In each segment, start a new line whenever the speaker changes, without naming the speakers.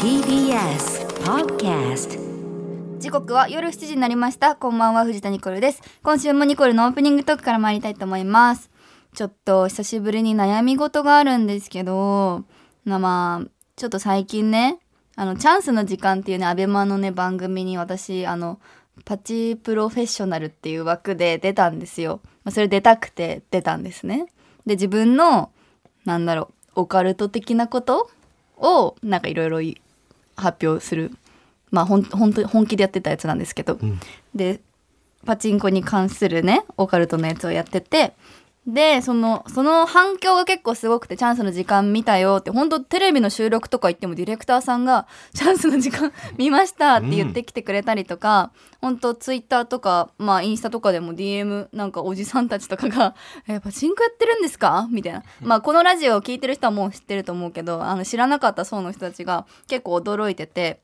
TBS Podcast
時刻は夜7時になりましたこんばんは藤田ニコルです今週もニコルのオープニングトークから参りたいと思いますちょっと久しぶりに悩み事があるんですけどまあまあちょっと最近ねあのチャンスの時間っていうねアベマのね番組に私あのパチプロフェッショナルっていう枠で出たんですよ、まあ、それ出たくて出たんですねで自分のなんだろうオカルト的なことをなんかいろいろ発表するまあほんほんと本気でやってたやつなんですけど、
ん
でパチンコに関するねオカルトのやつをやっててでそのその反響が結構すごくて「チャンスの時間見たよ」って本当テレビの収録とか行ってもディレクターさんが「チャンスの時間 見ました」って言ってきてくれたりとか、本当ツイッターとか、まあ、インスタとかでも DM なんかおじさんたちとかが 「えパチンコやってるんですか?」みたいな、まあ、このラジオを聞いてる人はもう知ってると思うけどあの知らなかった層の人たちが結構驚いてて。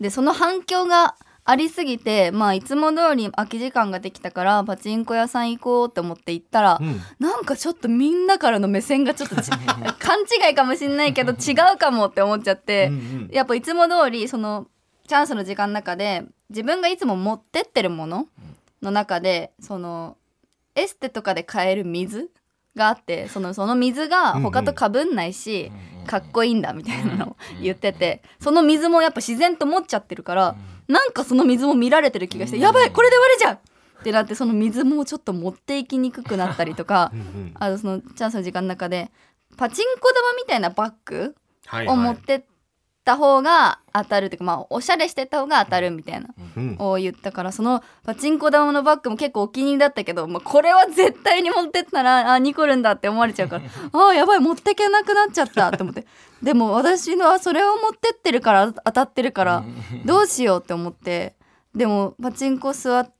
でその反響がありすぎてまあいつも通り空き時間ができたからパチンコ屋さん行こうって思って行ったら、
ん
なんかちょっとみんなからの目線がちょっとち勘違いかもしんないけど違うかもって思っちゃって、
うん
やっぱいつも通りそのチャンスの時間の中で自分がいつも持ってってるものの中でそのエステとかで買える水があってそのその水が他と被んないし、かっこいいんだみたいなのを言っててその水もやっぱ自然と持っちゃってるからなんかその水も見られてる気がしてやばいこれで終わりじゃんってなってその水もちょっと持っていきにくくなったりとか
うん
あとそのチャンスの時間の中でパチンコ玉みたいなバッグ
はい
を持ってった方が当たるっていうかまあおしゃれしてった方が当たるみたいな
うん
を言ったからそのパチンコ玉のバッグも結構お気に入りだったけど、まあ、これは絶対に持ってったらあニコルンだって思われちゃうから ああやばい持ってけなくなっちゃったと思ってでも私のはそれを持ってってるから当たってるからどうしようって思ってでもパチンコ座っ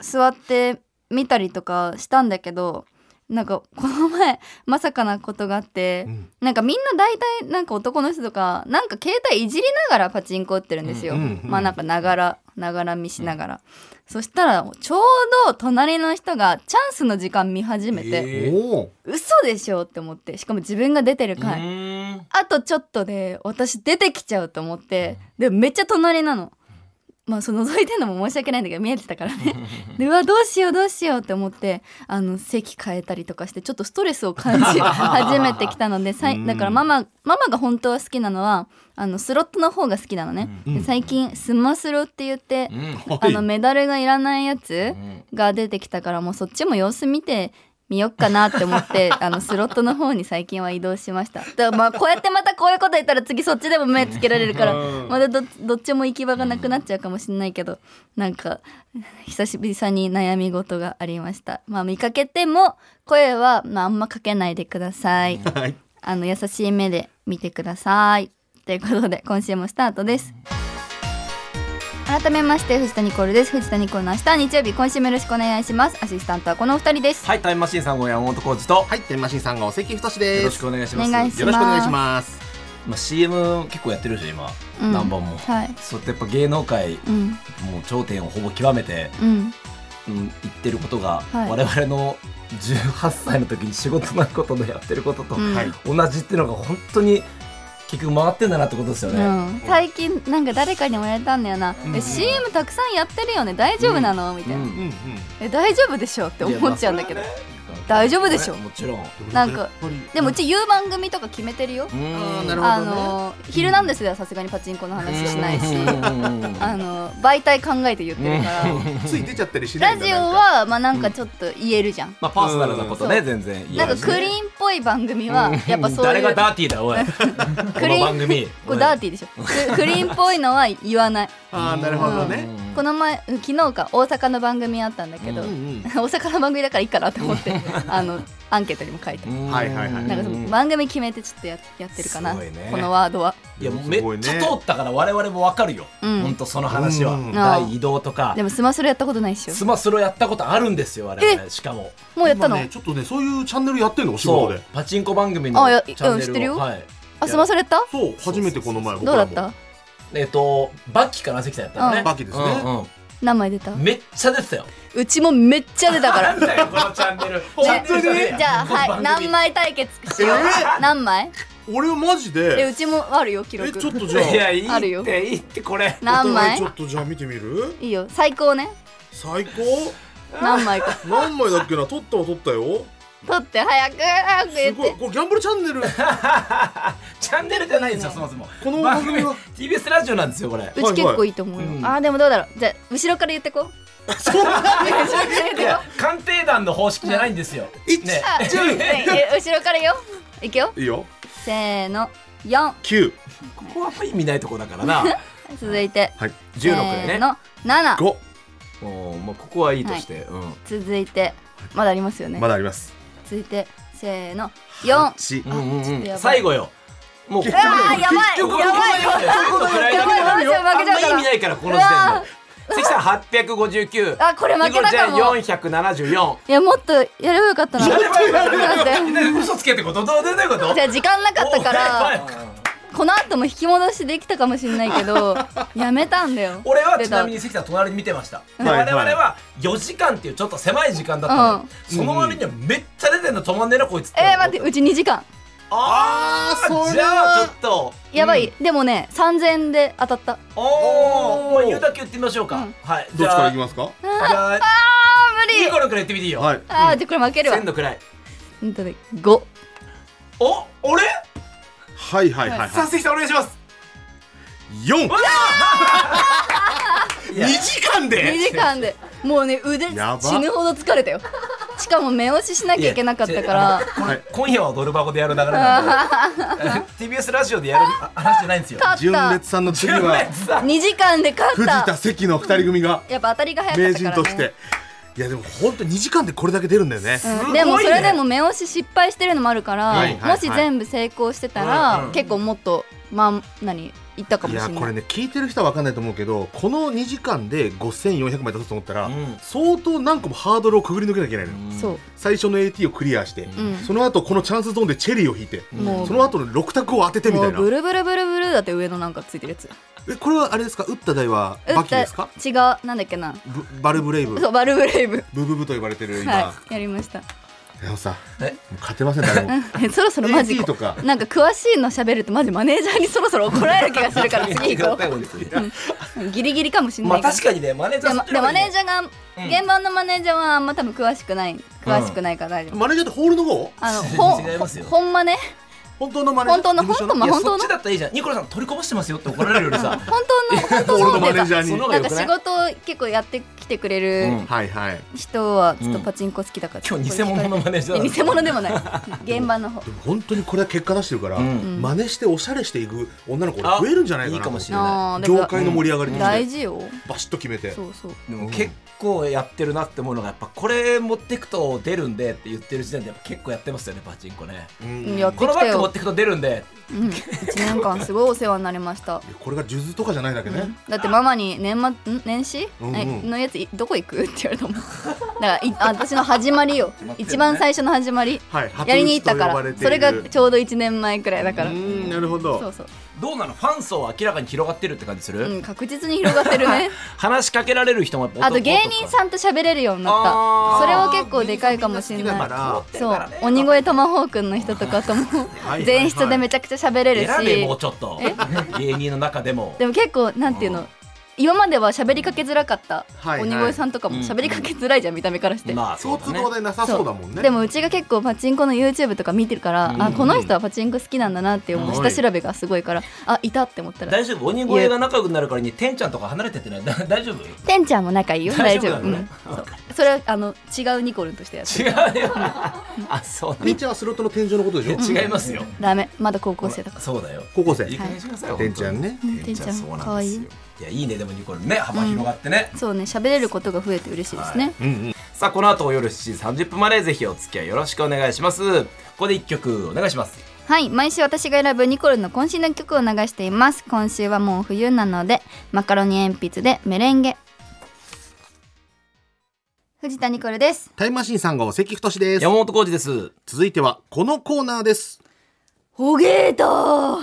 座ってみたりとかしたんだけどなんかこの前まさかなことがあって、
うん
なんかみんな大体なんか男の人とかなんか携帯いじりながらパチンコ打ってるんですよ、
うんうんうん
まあなんかながらながら見しながら、そしたらちょうど隣の人がチャンスの時間見始めて、
えー
おー
嘘でしょって思ってしかも自分が出てる回、
うーん
あとちょっとで私出てきちゃうと思ってでめっちゃ隣なの。まあその覗いてんのも申し訳ないんだけど見えてたからねでうわどうしようどうしようって思ってあの席変えたりとかしてちょっとストレスを感じ始めてきたのでさいだからママママが本当は好きなのはあのスロットの方が好きなのね、
うん
で最近スマスロって言って、
うん
あのメダルがいらないやつ、
うん
が出てきたからもうそっちも様子見てみよっかなって思って あのスロットの方に最近は移動しましただからまあこうやってまたこういうこと言ったら次そっちでも目つけられるからまだどどっちも行き場がなくなっちゃうかもしれないけどなんか久しぶりに悩み事がありましたまあ見かけても声は、まあ、あんまかけないでください
はい
あの優しい目で見てくださいということで今週もスタートです改めまして藤田ニコルです藤田ニコルの明日日曜日今週もよろしくお願いしますアシスタントはこのお二人です、
はい、タイムマシーンさんご山本浩二と、
はい天マシンさんがお関太です
よろしくお願いします。
お願いし
よろしくお願いします
まあ、CM 結構やってるでしょ、今、
うん
何本も。
はい
そうやってやっぱ芸能界、
うん
もう頂点をほぼ極めて、
うん
うん、言ってることが、
はい
我々の18歳の時に仕事のことでやってることと
うん
はい
同じっていうのが本当に結局回ってんだなってことですよ
う
ね。
ん、最近なんか誰かにも言われたんだよな、
ん
え CM たくさんやってるよね大丈夫なの、みたいな、
うん
うんうん
え大丈夫でしょって思っちゃうんだけど大丈夫でしょ
もちろん。
なんか
やっぱり
でもうち言う番組とか決めてるよ、
あーなるほどね
あの「ヒルナンデス」ではさすがにパチンコの話しないし、あの媒体考えて言ってるから、
つい出ちゃったりしない
ラ
ん
ジ
だ
オはまあなんかちょっと言えるじゃん、
まあ、パーソナルなことね、
うん
全然言え
なん
る
か
し
クリーンっぽい番組はやっぱそうい
誰
う
がダーティー だおいこの番組
これダー
テ
ティーでしょククリーンっぽいのは言わない
ああなるほどね
この前昨日か大阪の番組あったんだけど、
う
うん
大阪の番組だからいいかなと思ってあのアンケートにも書いて
はいはいはい
なんかその番組決めてちょっとややってるかな、
すごいね
このワードは。
いやもうめ
すごい
っ
ね
ちゃ通ったから我々もわかるよ、
うん
ほんとその話は、
うん
大移動とか
でもスマスロやったことないっしょ
スマスロやったことあるんですよ我々しかも
もうやったの、
今ねちょっとねそういうチャンネルやってんのお仕事
そ
で
うパチンコ番組の
あいや
チャ
う
ンネルを
ん知ってるよ
はい
あスマスロやった
そう初めてこの前僕
どうだ
ら
っ
も
た
えっ、とバッキーから関さんやったのね、
うん
バッキーですね
うんうん
名前出た
めっちゃ出てたよ
うちもめっちゃ出たから
なん だよこのチャンネル
じゃあはい何枚対決しよう何枚
俺はマジ
え
で
うちもあるよ記
え
録
ちょっと
い
じゃあ
やい
ある
い
よ
っていいってこれ
何枚
お互いちょっとじゃあ見てみる
いいよ最高ね
最高
何枚か
何枚だっけな取ったは取ったよ
取って早く早く言
す
っ
ごい
て
これギャンブルチャンネル
チャンネルじゃないんですよそもそも
この番組は
TBS ラジオなんですよこれ
うち結構いいと思うよ、
はいはいうん
あーでもどうだろうじゃあ後ろから言ってこう
そう
後ろから言って
い
こ
や鑑定団の方式じゃないんですよ
一
ね
うじゃあえ後ろからよいくよ
いいよ
せーの4
九
ここはあんま意味ないとこだか らな
続いて
はい
せ
16
ー
でね
の7
五
おーまあここはいいとしてうん
続いてまだありますよね
まだあります
続いてせーの4
八
うんうん
ちょっとやばい
最後よもう
う
結
わーやばい
結局
やばいやばい
あんま意
やばい負けちゃうから
味ないからこの時
うわ
点で関さん859
あこれ負けたかも
ニコルちゃん474
いやもっとやればよかったなだって
嘘つけってことどうどういうこと
じゃあ時間なかったから
おい
この後も引き戻しできたかもしれないけ どやめたんだよ
俺はちなみに関さん隣で見てました、で
はい
我々は4時間っていうちょっと狭い時間だったのよ、その割にはめっちゃ出てんの止まんねえなこいつって
えー、待ってうち2時間
あ
あーそ
あ
れ
じゃあちょっと
やばい、でもね3000円で当たった
お
おー
お、まあ、言うだけ言ってみましょうか、
うん
はい
ど
じ
っちか
ゃ
ら
あ
いきますか
じゃあ
あー無理
ニコルから言ってみていいよ、
はい
あーじゃあこれ負けるわ
1000のくらい
うんとね5
お俺
はいはいはい
さ
は
あ関さんお願いします
い四
いや
二時間
2
で
時間でもうね腕死
やば
ぬほど疲れたよしかも目押ししなきゃいけなかったか
いや
ら
はい
今夜はドル箱でやる流れなん で TBS ラジオでやるあ話じゃないんですよ
勝
純
った
烈さんの次
純
は
烈だ
2時間で勝っ
藤
た
田関の二人組が
やっぱ当たりが早か
名
ったか
人
ら、ね、
としていやでも本当二時間でこれだけ出るんだよね
うんでもそれでも目押し失敗してるのもあるから、
はいはいはい
もし全部成功してたら、
うんうん
結構もっとまあ何いったかも
い
しれな
や
い
これね聞いてる人は分かんないと思うけどこの2時間で5400枚出すと思ったら、
うん
相当何個もハードルをくぐり抜けなきゃいけないのよ、
そう、
最初の AT をクリアして、
ん
その後このチャンスゾーンでチェリーを引いて、
ん
もう
その後の6択を当ててみ
も
た
う
いな
ブルブルブルブルだって上のなんかついてるやつ
えこれはあれですか打った台は
打
バ
っ
キ
た
ですか
違うなんだっけな
ブバルブレイブ
そうバルブレイブ
ブブブと呼ばれてる今、
はいやりました
でもさ
え
もう勝てません 誰も
そろそろマジ
AT とか
なんか詳しいの喋るとマジマネージャーにそろそろ怒られる気がするから 次行こうギリギリかもしん
ま
な
あ
いけど
確かにねマネージャー
で
さ
も
ん
でマネージャーが、
うん
現場のマネージャーはあんま多分詳しくない詳しくないから大丈夫、
マネージャーってホールの方
あの
違いますよ
ほんまね
本当のマネージャ
本
ー
当の本当の
いや
まあ
そっちだったらいいじゃんニコルさん取りこぼしてますよって怒られるよりさ
本当の本当
ホー
の
ルのマ
って
ネー
か
ジャー
その
に
方が
なん
よ
か
くな
仕
い
事を結構やってきてくれ
うん
る
はいはいで
人はちょっと
うん
パチンコ好きだから、
今日偽物のマネージャー
い
だ
や偽物でもない現場の方
も本当にこれは結果出してるから、
うん
真似しておしゃれしていく女の子が増えるんじゃないかなと思って
あいいかもしれない
ー
業界の盛り上がりとして、
大事よ
バシッと決めて
そうそう
でも結構やってるなって思うのがやっぱこれ持ってくと出るんでって言ってる時点でやっぱ結構やってますよねパチンコね
うん
やっ
このバッグ持ってくと出るんで
うん、1年間すごいお世話になりました
いやこれが数珠とかじゃないだけね、
だってママに年末ん年始、
うんうん
えのやついどこ行くって言われたもんだからいあ私の始まりよ
まってるね
一番最初の始まり
はい
やりに行ったか
初打
ら
ちと
そ
呼ば
れ
てい
が
る
ちょうど1年前くらいだから
うーんなるほど
そうそう、
どうなのファン層は明らかに広がってるって感じする、
うん、確実に広がってるね
話しかけられる人もやっぱ
あと芸人さんと喋れれるようになったそれは結構でかいかもしれ
芸人さ
なん
みんな好きだ
い
か
そう鬼越トマホークンの人とかとも
はいはい
全室でめちゃくちゃ喋れるし
選べもうちょっ と芸人の中でも
でも結構なんていう
う
の今までは喋りかけづらかった
はいはい
鬼越さんとかも
うん
喋りかけづらいじゃん見た目からして
まあそう
共
だ
通
ね
の話題なさそうだもんね
でもうちが結構パチンコの YouTube とか見てるから、
うん
あこの人はパチンコ好きなんだなって思う
はい
下調べがすごいからあいたって思ったら
大丈夫鬼越が仲良くなるからにてんちゃんとか離れてってないだ 大丈夫
てんちゃんも仲いいよ大丈夫
大丈夫なのね
うんそうそれはあの違うニコルンとしてやってる
違う よあそう
ピッチャーはスロットの天井のことでしょ
違いますよ
ダメまだ高校生だか
そうだよ
高校生
いい加減にしなさいよ
てんちゃんね
うんてんちゃん
そうなんですよいやいいねでもニコルね幅広がってね
らそうね喋れることが増えて嬉しいですね、
うんうん
さあこの後夜7時30分までぜひお付き合いよろしくお願いしますここで一曲お願いします
はい毎週私が選ぶニコルンの渾身の曲を流しています今週はもう冬なのでマカロニ鉛筆でメレンゲ藤田ニコルです
タイムマシーン3号関太です
山本浩二です
続いてはこのコーナーです
ほげーとー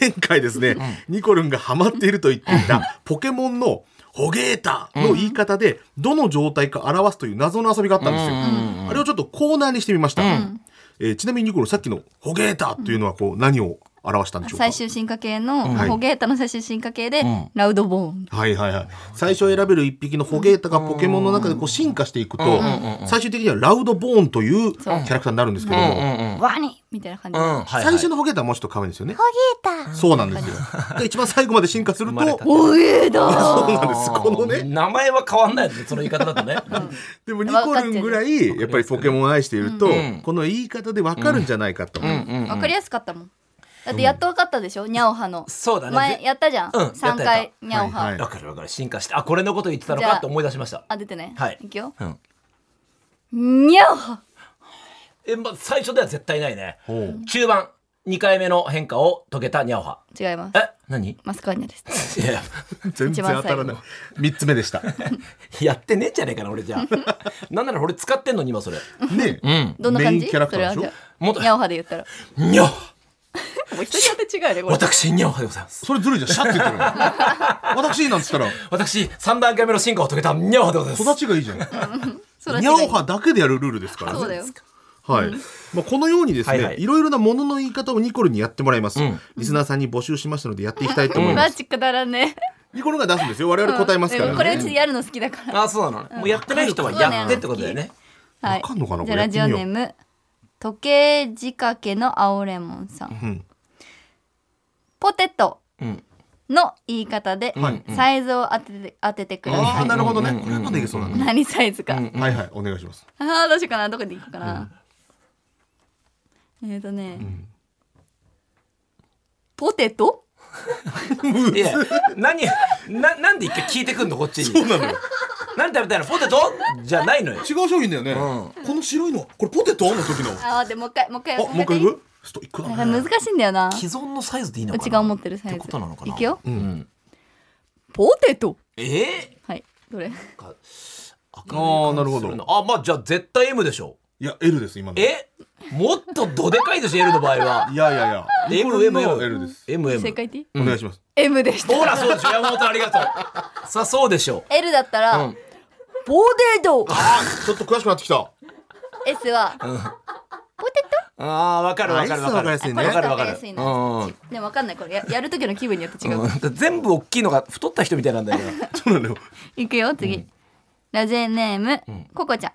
前回ですね、ニコルンがハマっていると言っていたポケモンのホゲータの言い方でどの状態か表すという謎の遊びがあったんですよ、あれをちょっとコーナーにしてみました、えーちなみにニコルさっきの「ホゲータ」というのはこう何を表したんでしょうか
最終進化系の、
はい
ホゲータの最終進化系で、
うん
ラウドボーン
はいはいはい、最初選べる1匹のホゲータがポケモンの中でこう進化していくと、最終的にはラウドボーンというキャラクターになるんですけども、
ワニみたいな感じで、
うんはいはい
最初のホゲータはもうちょっと可愛いんですよね。そうなんですよ。で一番最後まで進化する
生まれ
と
た
おえだ
そうなんですこのね
名前は変わんないですねその言い方だ とね、
でもニコルンぐらいやっぱりポケモンを愛していると、
うん
この言い方でわかるんじゃないかと思う、
わかりやすかったもんだってやっとわかったでしょ、ニャオハの
そうだね
前
ぜ
やったじゃん、
うん
三3
やったや
回
っ
ニャオハ、
はいはい
わかるわかる進化してあこれのこと言ってたの
じゃ
か
あ
って思い出しました
あ出てね
はい
いくよ
うん
ニャオハ
えま最初では絶対ないね
ほう
中盤2回目の変化を遂げたニャオハ
違います
え何い
マスカーニャです
やいや
全然当たらない3つ目でしたね
やってねえんじゃねえかな俺じ ゃあなんなら俺使ってんのに今それうん
どんな感じ
メインキャラクターでし
そ
ょ
れは
もっ
じ
と
ゃあニャオハで言ったら
ニャオハ
もう人によって違うよねこれ
私ニャオハでございます
それずるいじゃんシャッて言ってるよ私なんつったら
私3段階目の進化を遂げたニャオハでございま
育
す
ちがいいじゃん
そら
ニャオハだけでやるルールですからね
そうだよ
はい、まあ、このようにですね、
はいいはい
ろいろなものの言い方をニコルにやってもらいます、
うん
リスナーさんに募集しましたのでやっていきたいと思いま
マ
す、
ジくだらね
ニコルが出すんですよ我々 答えますか
う
ら
んこれう
ね、
ちやるの好きだから
あそうなのねもうやってない人はやってってことだよね
は
わかんのかな
じゃ
こ
あラ
れ
ジオネーム時計仕掛けの青レモンさん
うん、
ポテト
うん
の言い方で
はいうん
サイズを当てて当ててくだ
あ
さ
あ
い
なるほどね、
うんうんうん
これまでいけそうだね、
何サイズか、
うん
はいはいお願いします
ああどうしようかなどこで行こうかな、えっ、ー、とね、ポテト
い や何ななんで一回聞いてくんのこっちにそうなのよ何食べたいのポテトじゃないのよ
違う商品だよね、
う
この白いのこれポテトの時のあ
ああでもう一回もう一回
もう一回いくストイックだ
なん
ね
か難しいんだよな
既存のサイズでいいの
う
かな
ちが思ってるサイズ
ってことなのかない
くよ、
うん
ポテト
えー
はいどれ
かあ
ーなるほど
あまあじゃあ絶対 M でしょ
いや L です今の
えもっとどでかいでしょ L の場合はい
やいやいやニコルの L です
MM
正解言っていい
お願いします、
M でした
ほらそうでしょ山本ありがとうさあそうでしょ
L だったら、
うん
ポテト
あーちょっと詳しくなってきた
S は
ああわかるわかるわかる
アイスは
わか
わか
る
り
わか
わ
る
かるうんうん
でもわかんないこれややる時の気分によって違う、
うん全部大きいのが太った人みたいなんだよな
そうなのよ
いくよ次、ラジオネーム、ココちゃん、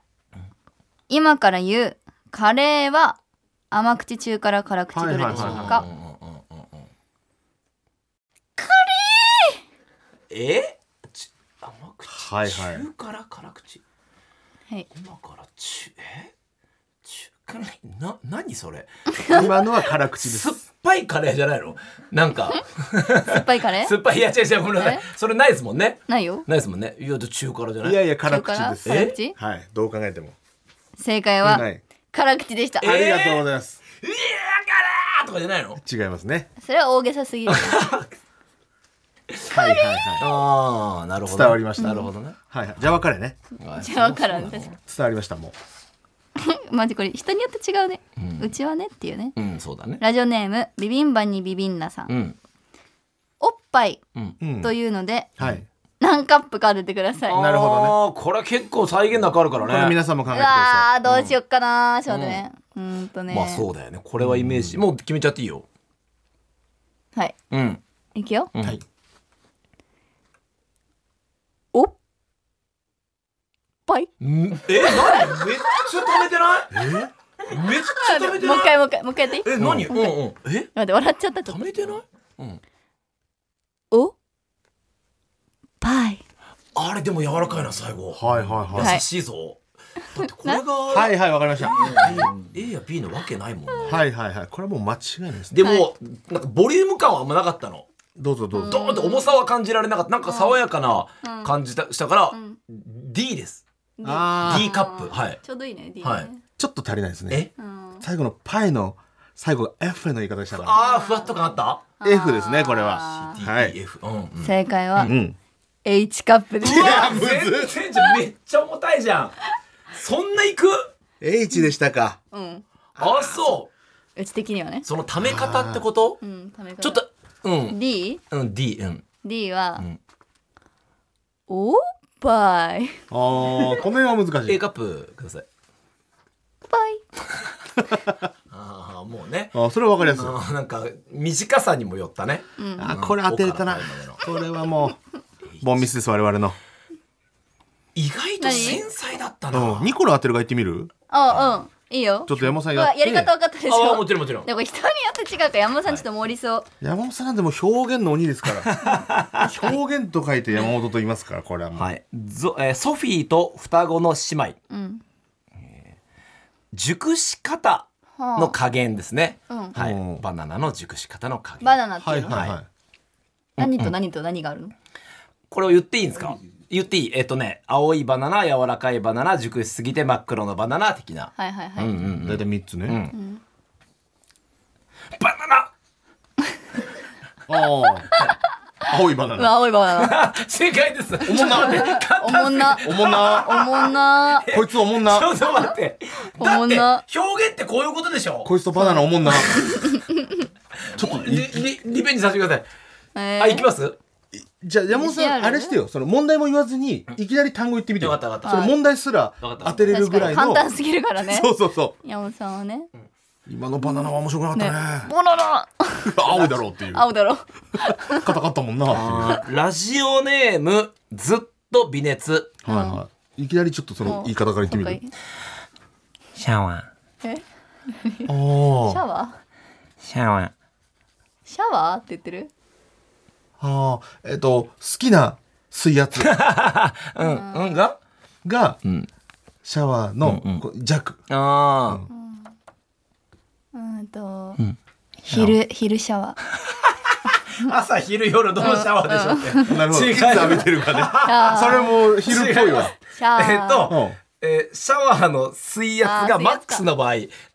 今から言うカレーは甘口中辛辛口どれでしょうか、
はいはい
うんうんうんうんうんえち甘口
はいはい
中辛辛口
はい、
今から中え中辛な何そ れ
今のは辛口です
酸っぱいカレーじゃないのなんか
酸っぱいカレー
酸っぱいいや違う違うごめんなさいそれないですもんね
ないよ
ないですもんねいやで中辛じゃない
いやいや
中
辛口
辛
です
辛口
はいどう考えても
正解は
ない
辛口でした
え
ありがとうございます
いや辛ーとかじゃないの
違いますね
それは大げさすぎる
はいはいは
ああなるほど
伝わりました
なるほどね
いはいじゃあ別れね
じゃあ分からん確か
伝わりましたもう
にマジこれ人によって違うね、うちはねっていうね
うんそうだね
ラジオネームビビンバにビビンナさん、
うん
おっぱい
うん
うん
というので、
はい
何カップか当ててください
なるほどね
どねこれ結構再現力あるから
こ
ね
れ皆さんも考えて
う
くださ
わーどうしよっかなーちょっと待ってねうーんとね
まあそうだよねこれはイメージもう決めちゃっていいよ
はい
うん
いくよ
うん
はい
おっぱい
んえ何めっちゃ食べてないめっちゃ食べて
も
な
う
い
一回もう一回もう一回やっていい
え何うんうんえ
待って笑っちゃったちょっ
食
と
べてないうん
おっぱい
あれでも柔らかいな最後
いはいはい
は
はい
優しいぞだってこれが
いはいはいわかりましたは
A や B のわけないもんない
はいはいこれはもう間違いないですね
でもなんかボリューム感はあんまなかったの
どうぞどうぞ
ドーンって重さは感じられなかったなんか爽やかな感じだしたから
ん
D です
あー
D カップはい
ちょうどいいね D ね、
はい
ちょっと足りないですね
え
うん
最後のパイの最後が F の言い方でしたか
あーふわっと感あった
ら F ですねこれは
あ
はい
DF うんうん
正解は、
うん
H カップです
全然じゃんめっちゃ重たいじゃんそんないく
H でしたか
うん
あそう
ち的にはね
うそのため方ってこと
うんため方
ちょっとうん
D?
うん D うん
D は、
ん
おっぱい
あーこの辺は難し
A
い
カップください
バ
ああもうね
あそれはわかりやすい。
あーなんか短さにもよったね、
あこれ当てれたな
うん僕らの。
これはもうボンミスです我々の。
意外と繊細だったな、
うんニコル当てるが言ってみる？
あうんいいよ
ちょっと山本さん
う
やっ
わ
て。
やり方分かったでし
ああも
ょ
ちろんもちろん
でも人によって違うから山本さんちょっと盛りそう、
山本さんなんてもう表現の鬼ですから。表現と書いて山本と言いますからこれはもう。
はいぞえーソフィーと双子の姉妹、
ん
えー熟し方の加減ですね、
うん
はい
うん
バナナの熟し方の加減
バナナって
はいいう
の、
はいはい。
何と何と何があるの、
これを言っていいんですか言っていいえっ、とね青いバナナ柔らかいバナナ熟しすぎて真っ黒のバナナ的な、
はいはいはい、
うんうん
だいたい三つね。
バナナ
ああ。青いバナ
う
ナ。
わ青いバナナ
正解ですお
おもんな。
おもん な
おもんな。
おもんな
こいつおもんな
ち。ょっと待って
おもんな
だって表現ってこういうことでしょ
こいつとバナナおもんな。
ちょっとリリリベンジさせてください、
え
あいきます
じゃあ山本さ
VCR
んあれしてよその問題も言わずにいきなり単語言ってみてよ
わかったわかった
その問題すら
かった
当てれる
確か
ぐ
ら
い
に簡
の
単すぎるからね
そうそうそ
山本さんはね
う今のバナナは面白くなか
ね
ったね
ボロロ
青いだろうっていう
青だろ
硬かったもんなっていう
ラジオネームずっと微熱
はいはいいきなりちょっとその言い方から言ってみる
シャワー
えシ
あ
ャ
ー
ワー
シャワー
シャワーって言ってる
あーえっと好きな水圧
うんうんが
が
ん
シャワーのこう弱
ああ、
うーんと、昼昼シャワー
朝昼夜どのシャワーでしょうって、
なるほ ど
違う
いつ浴びてるかね それも昼っ ぽいわ
シャワ ー
えっと、
うん
えーシャワーの水圧
あ
が
ー
マックスの場合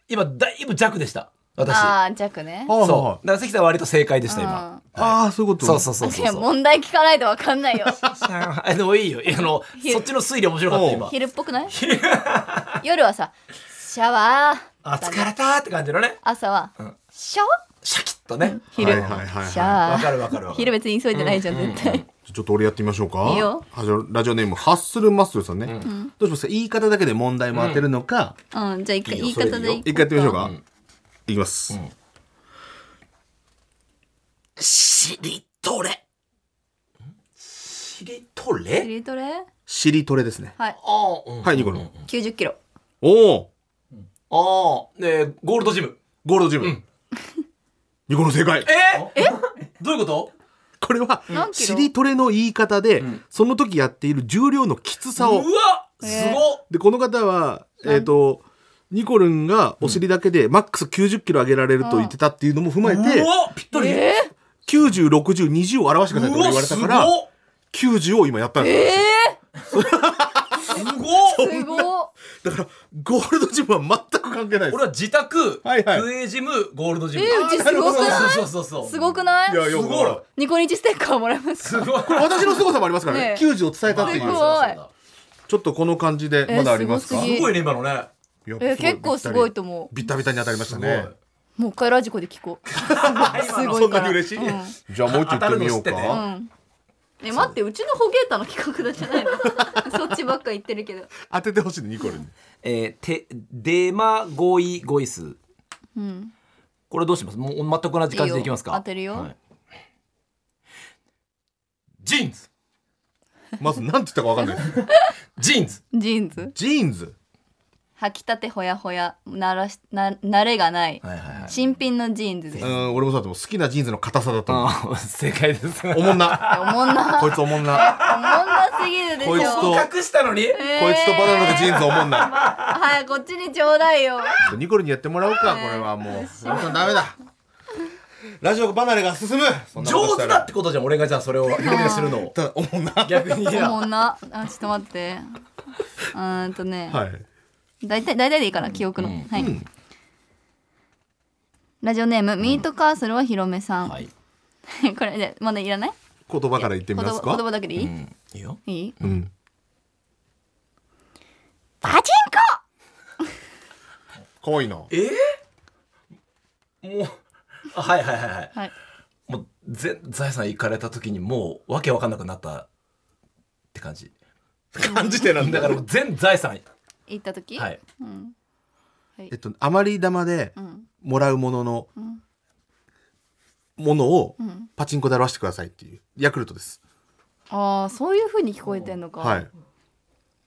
今だいぶ弱でした私
ああ弱ね
あー
そう
はいはい
だから関さんは割と正解でした
う
今
ん、
ああそういうこと
そうそううそう
確
そう
かに問題聞かないとわかん ないよ
えでもいいよあの
ひ
そっちの推理面白かった今
昼っぽく ない夜はさシャワ
あ
ー
疲れたーって感じのね
朝は、
ん
シャワ
シャキッとね
ー昼、
はいはいはいはい
シャワ
わか
ー
るわかるわ か
昼
る
別に急いでないじゃん、絶対、
ちょっと俺やってみましょうか。
いいよ
ラジオラジオネーム、ハッスルマッスルさんね。どうしますか言い方だけで問題も当てるのか、
うん、じゃあ一回言い方でいこ
一回やってみましょうか。いきます。
しりとれしりと
し
れ
りとれ
しりとれですね。
はい
あー、うん、
はい、ニコル。
90キロ
おお
あーねえゴールドジム
ゴールドジム。ニコル正解。
ええどういうこと
これは
何、キロ
しりとれの言い方で、その時やっている重量のきつさ
う
を。
わす
え
ごっ
で、この方は、えっと、ニコルンがお尻だけでマックス90キロ上げられると言ってたっていうのも踏まえて
う、わぴったり
え
90、60、20を表してくださいって
う
俺
わ
言われ
す
たか
ごっ
ら、90を今やったんですよ。
すごっ
ー、すごっ
だからゴールドジムは全く関係ないです
俺は自宅
はいはい
クエジムゴールドジム
えうち
あーなるほど
すごくない
そうそうそうそう
すごくない
いやいや
すごい
ほら
ニコニチステッカーもらえます
すごい
私の凄さもありますからね
ねえ
90を伝えたってい
す
う
ごい
ちょっとこの感じでまだありますか
えーすごすぎ
すごいね今のね
いや
え
すごい
結構すごいと
う
思
ビタビタに当たりましたね
うもう一回ラジコで聞こう す
今の
ごいから
しいじゃあもう一回言ってみよう
当たるの知
う
か
んえ待ってうちのホゲータの企画だじゃないの そっちばっか言ってるけど
当ててほしいねニコルに
えー、てデマゴイゴイスこれどうしますもう全く同じ感じでいきますか
いいよ当てるよ
はいジーンズ
まず何て言ったかわかんないです
ジーンズ
ジーンズ
ジーンズ
履きたてほやほやならしな慣れがない、
いはいは
新品のジーンズです
う
い
ん俺もそうだと思う好きなジーンズの硬さだと思う
あー正解 です
おもんな
やおもんな
こいつおもんな
おもんなすぎるでしょ
こいつと
隠したのに
えー
こいつとバナナのジーンズおもんな
はいこっちにちょうだいよ
ニコルにやってもらおうかこれはもう山本さんダメだラジオ離れが進むそんなこと
上
した
手
ら
だってことじゃん俺がじゃあそれを表現するのを
ただおもんな
逆にい
お
や
もんなあちょっと待ってうーんとね、
はい
大体大体でいいから、記憶の、はい、ラジオネーム、ミートカーソルはひろめさん、
はい
これでまだいらない
言葉から言ってみ
言
ます
葉
か
言葉だけでいい、
うんいいよ
いい
うん
パチンコ
かわいいな
えー、もうあはいはいはいはい
はい
もうぜ財産行かれた時にもうわけわかんなくなったって感じ
感じてなん
だ
だ
か
からら
もう全財産
行った時、
はい
はい
えっと、余り玉で
ん
もらうものの、
ん
ものを
ん
パチンコで表してくださいっていう、ヤクルトです。
ああそういう風に聞こえてんのか。
はい。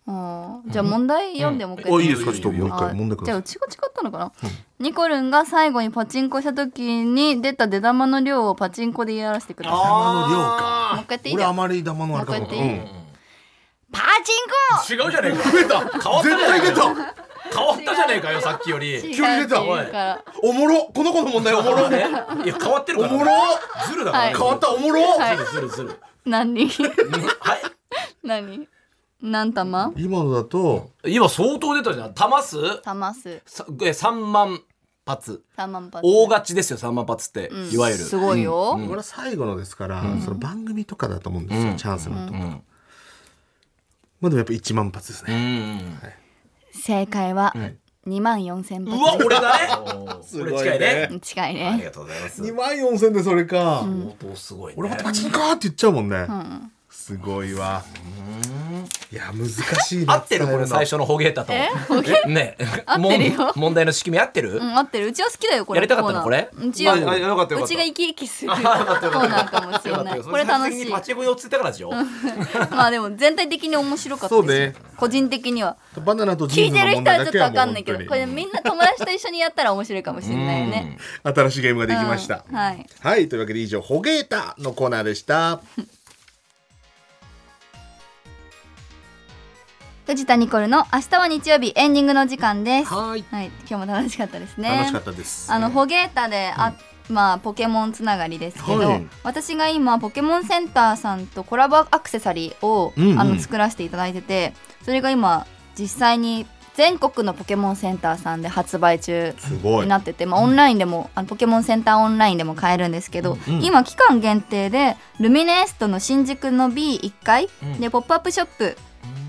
あーじゃあ問題読んでもう一回、
あ、いいですか、
いい
ちょっ
よ
ともう一
あ
回問題く
じゃあ
だ
うちが違ったのかな、ニコルンが最後にパチンコした時に出た出玉の量をパチンコでやらせてくださいも
あ
う一回やって
さ
い
い。
い
俺
だ
余り玉のあれかと思った。う
もう一回や
ん
パチ
違うじゃねえか
増えた。
変わったじゃ
絶
ねえ
対
か
出た。
変わったじゃねえかよさっきより
ンコ
急に出た
違うって言うか ら
おもろこの子の問題おもろ
おもろねいや変わってる
お
から
もろ
ズルだから
は
ね
い
変わったおもろ
はい
ズルズルズル
何
ねはい
何何玉
今のだと
今相当出たじゃん玉数
玉数
さえ3万発
3万発
大勝ちですよ3万発って
うん
いわゆる
すごいよ、
これは最後のですからその番組とかだと思うんです
う
よ
ん
チャンスのと
う
か
ん
まあでもやっぱ1万発です
う
ね
ん
正解は
ん
2万4千
うわ
発
俺だ ね
す
俺
ごいね
近いね
近い
あり
ね
がとうございます
2万4千でそれか
相当すごいね
俺またパチンコーって言っちゃうもんねすごいわいや難しいな
合ってるこれ最初のホゲータと
え
ね
合ってるよ
問問題の仕組み合ってる
うん合ってるうちは好きだよこれ
やりたかったの
コーナー
これ
うちは、
ああよかったよかった
うちが生き生きするコー
よかったよかった
ナーかもしれないこれ楽しい
パチンコに落ちてたからでしょ
まあでも全体的に面白かったです
そう
よ個人的には
バナナとジ
聞
ー
い
ン
て
ズの
る
問
人は
題
ちょっと
だけは
わかん
もう本
ないけ
当
ど
に
これみんな友達と一緒にやったら面白いかもしれないよね
新しいゲームができました
うんはい
はいというわけで以上「ホゲータ」のコーナーでした
藤田ニコルの明日は日曜日エンディングの時間ですは
はい
い今日も楽しかったですね
楽しかったです
あのホゲータであ、まあポケモンつながりですけど、
はい
私が今ポケモンセンターさんとコラボアクセサリーを、
うんうん
あの作らせていただいててそれが今実際に全国のポケモンセンターさんで発売中
すごい
になってて、まあ、オンラインでも、あのポケモンセンターオンラインでも買えるんですけど、
うん
今期間限定でルミネエストの新宿の B1 階
うん
でポップアップショップ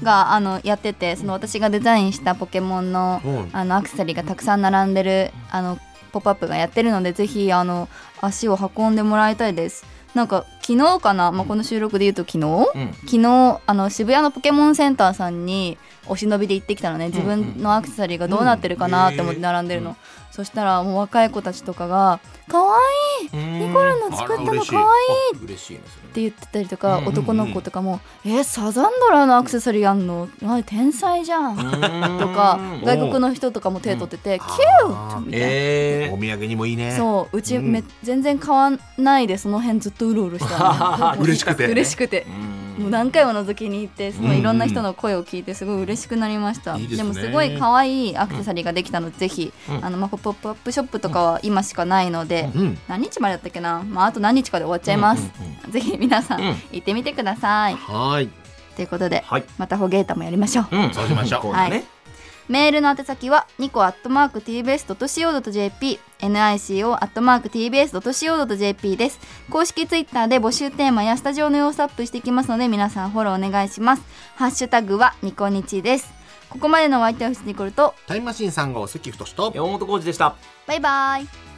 があのやっててその私がデザインしたポケモンの
うん
あのアクセサリーがたくさん並んでるあのポップアップがやってるのでぜひあの足を運んでもらいたいです。なんか昨日かな、まあ、この収録で言うと昨日、
うん
昨日あの渋谷のポケモンセンターさんにお忍びで行ってきたのね自分のアクセサリーがどうなってるかなって思って並んでるの、そしたらもう若い子たちとかが「かわいいニコルンの作った
あら
の
嬉しい
かわいい!」
嬉しいね
っ
そ
て言ってたりと
う
か
んうんうん
男の子とかも「えサザンドラのアクセサリーあんのあ天才じゃん」
れね
とか
ん
外国の人とかも手取ってて「キュート!」みたいな。
え
お
ー
土産にもいいね
そううちめ、
うん
全然買わないでその辺ずっとうろうろしたの
嬉しくて
嬉しくてもう何回も覗きに行ってそのいろんな人の声を聞いてすごい嬉しくなりました、
いいですね
もすごい可愛いアクセサリーができたので、ぜひ、あのまあポップアップショップとかは今しかないので、
うん
何日までだったっけな、まあ、あと何日かで終わっちゃいます、ぜひ皆さん、
うん
行ってみてください
はい
ということで、
はい
またホゲータもやりましょう、
うん
そうしましょう
はいメールの宛先はニコアットマーク tbs.co.jp nico アットマーク tbs.co.jp です公式ツイッターで募集テーマやスタジオの様子アップしていきますので皆さんフォローお願いしますハッシュタグはニコニチですここまでのお相手は藤井ニコルと
タイムマシーン3号関太と
山本浩二でした
バイバイ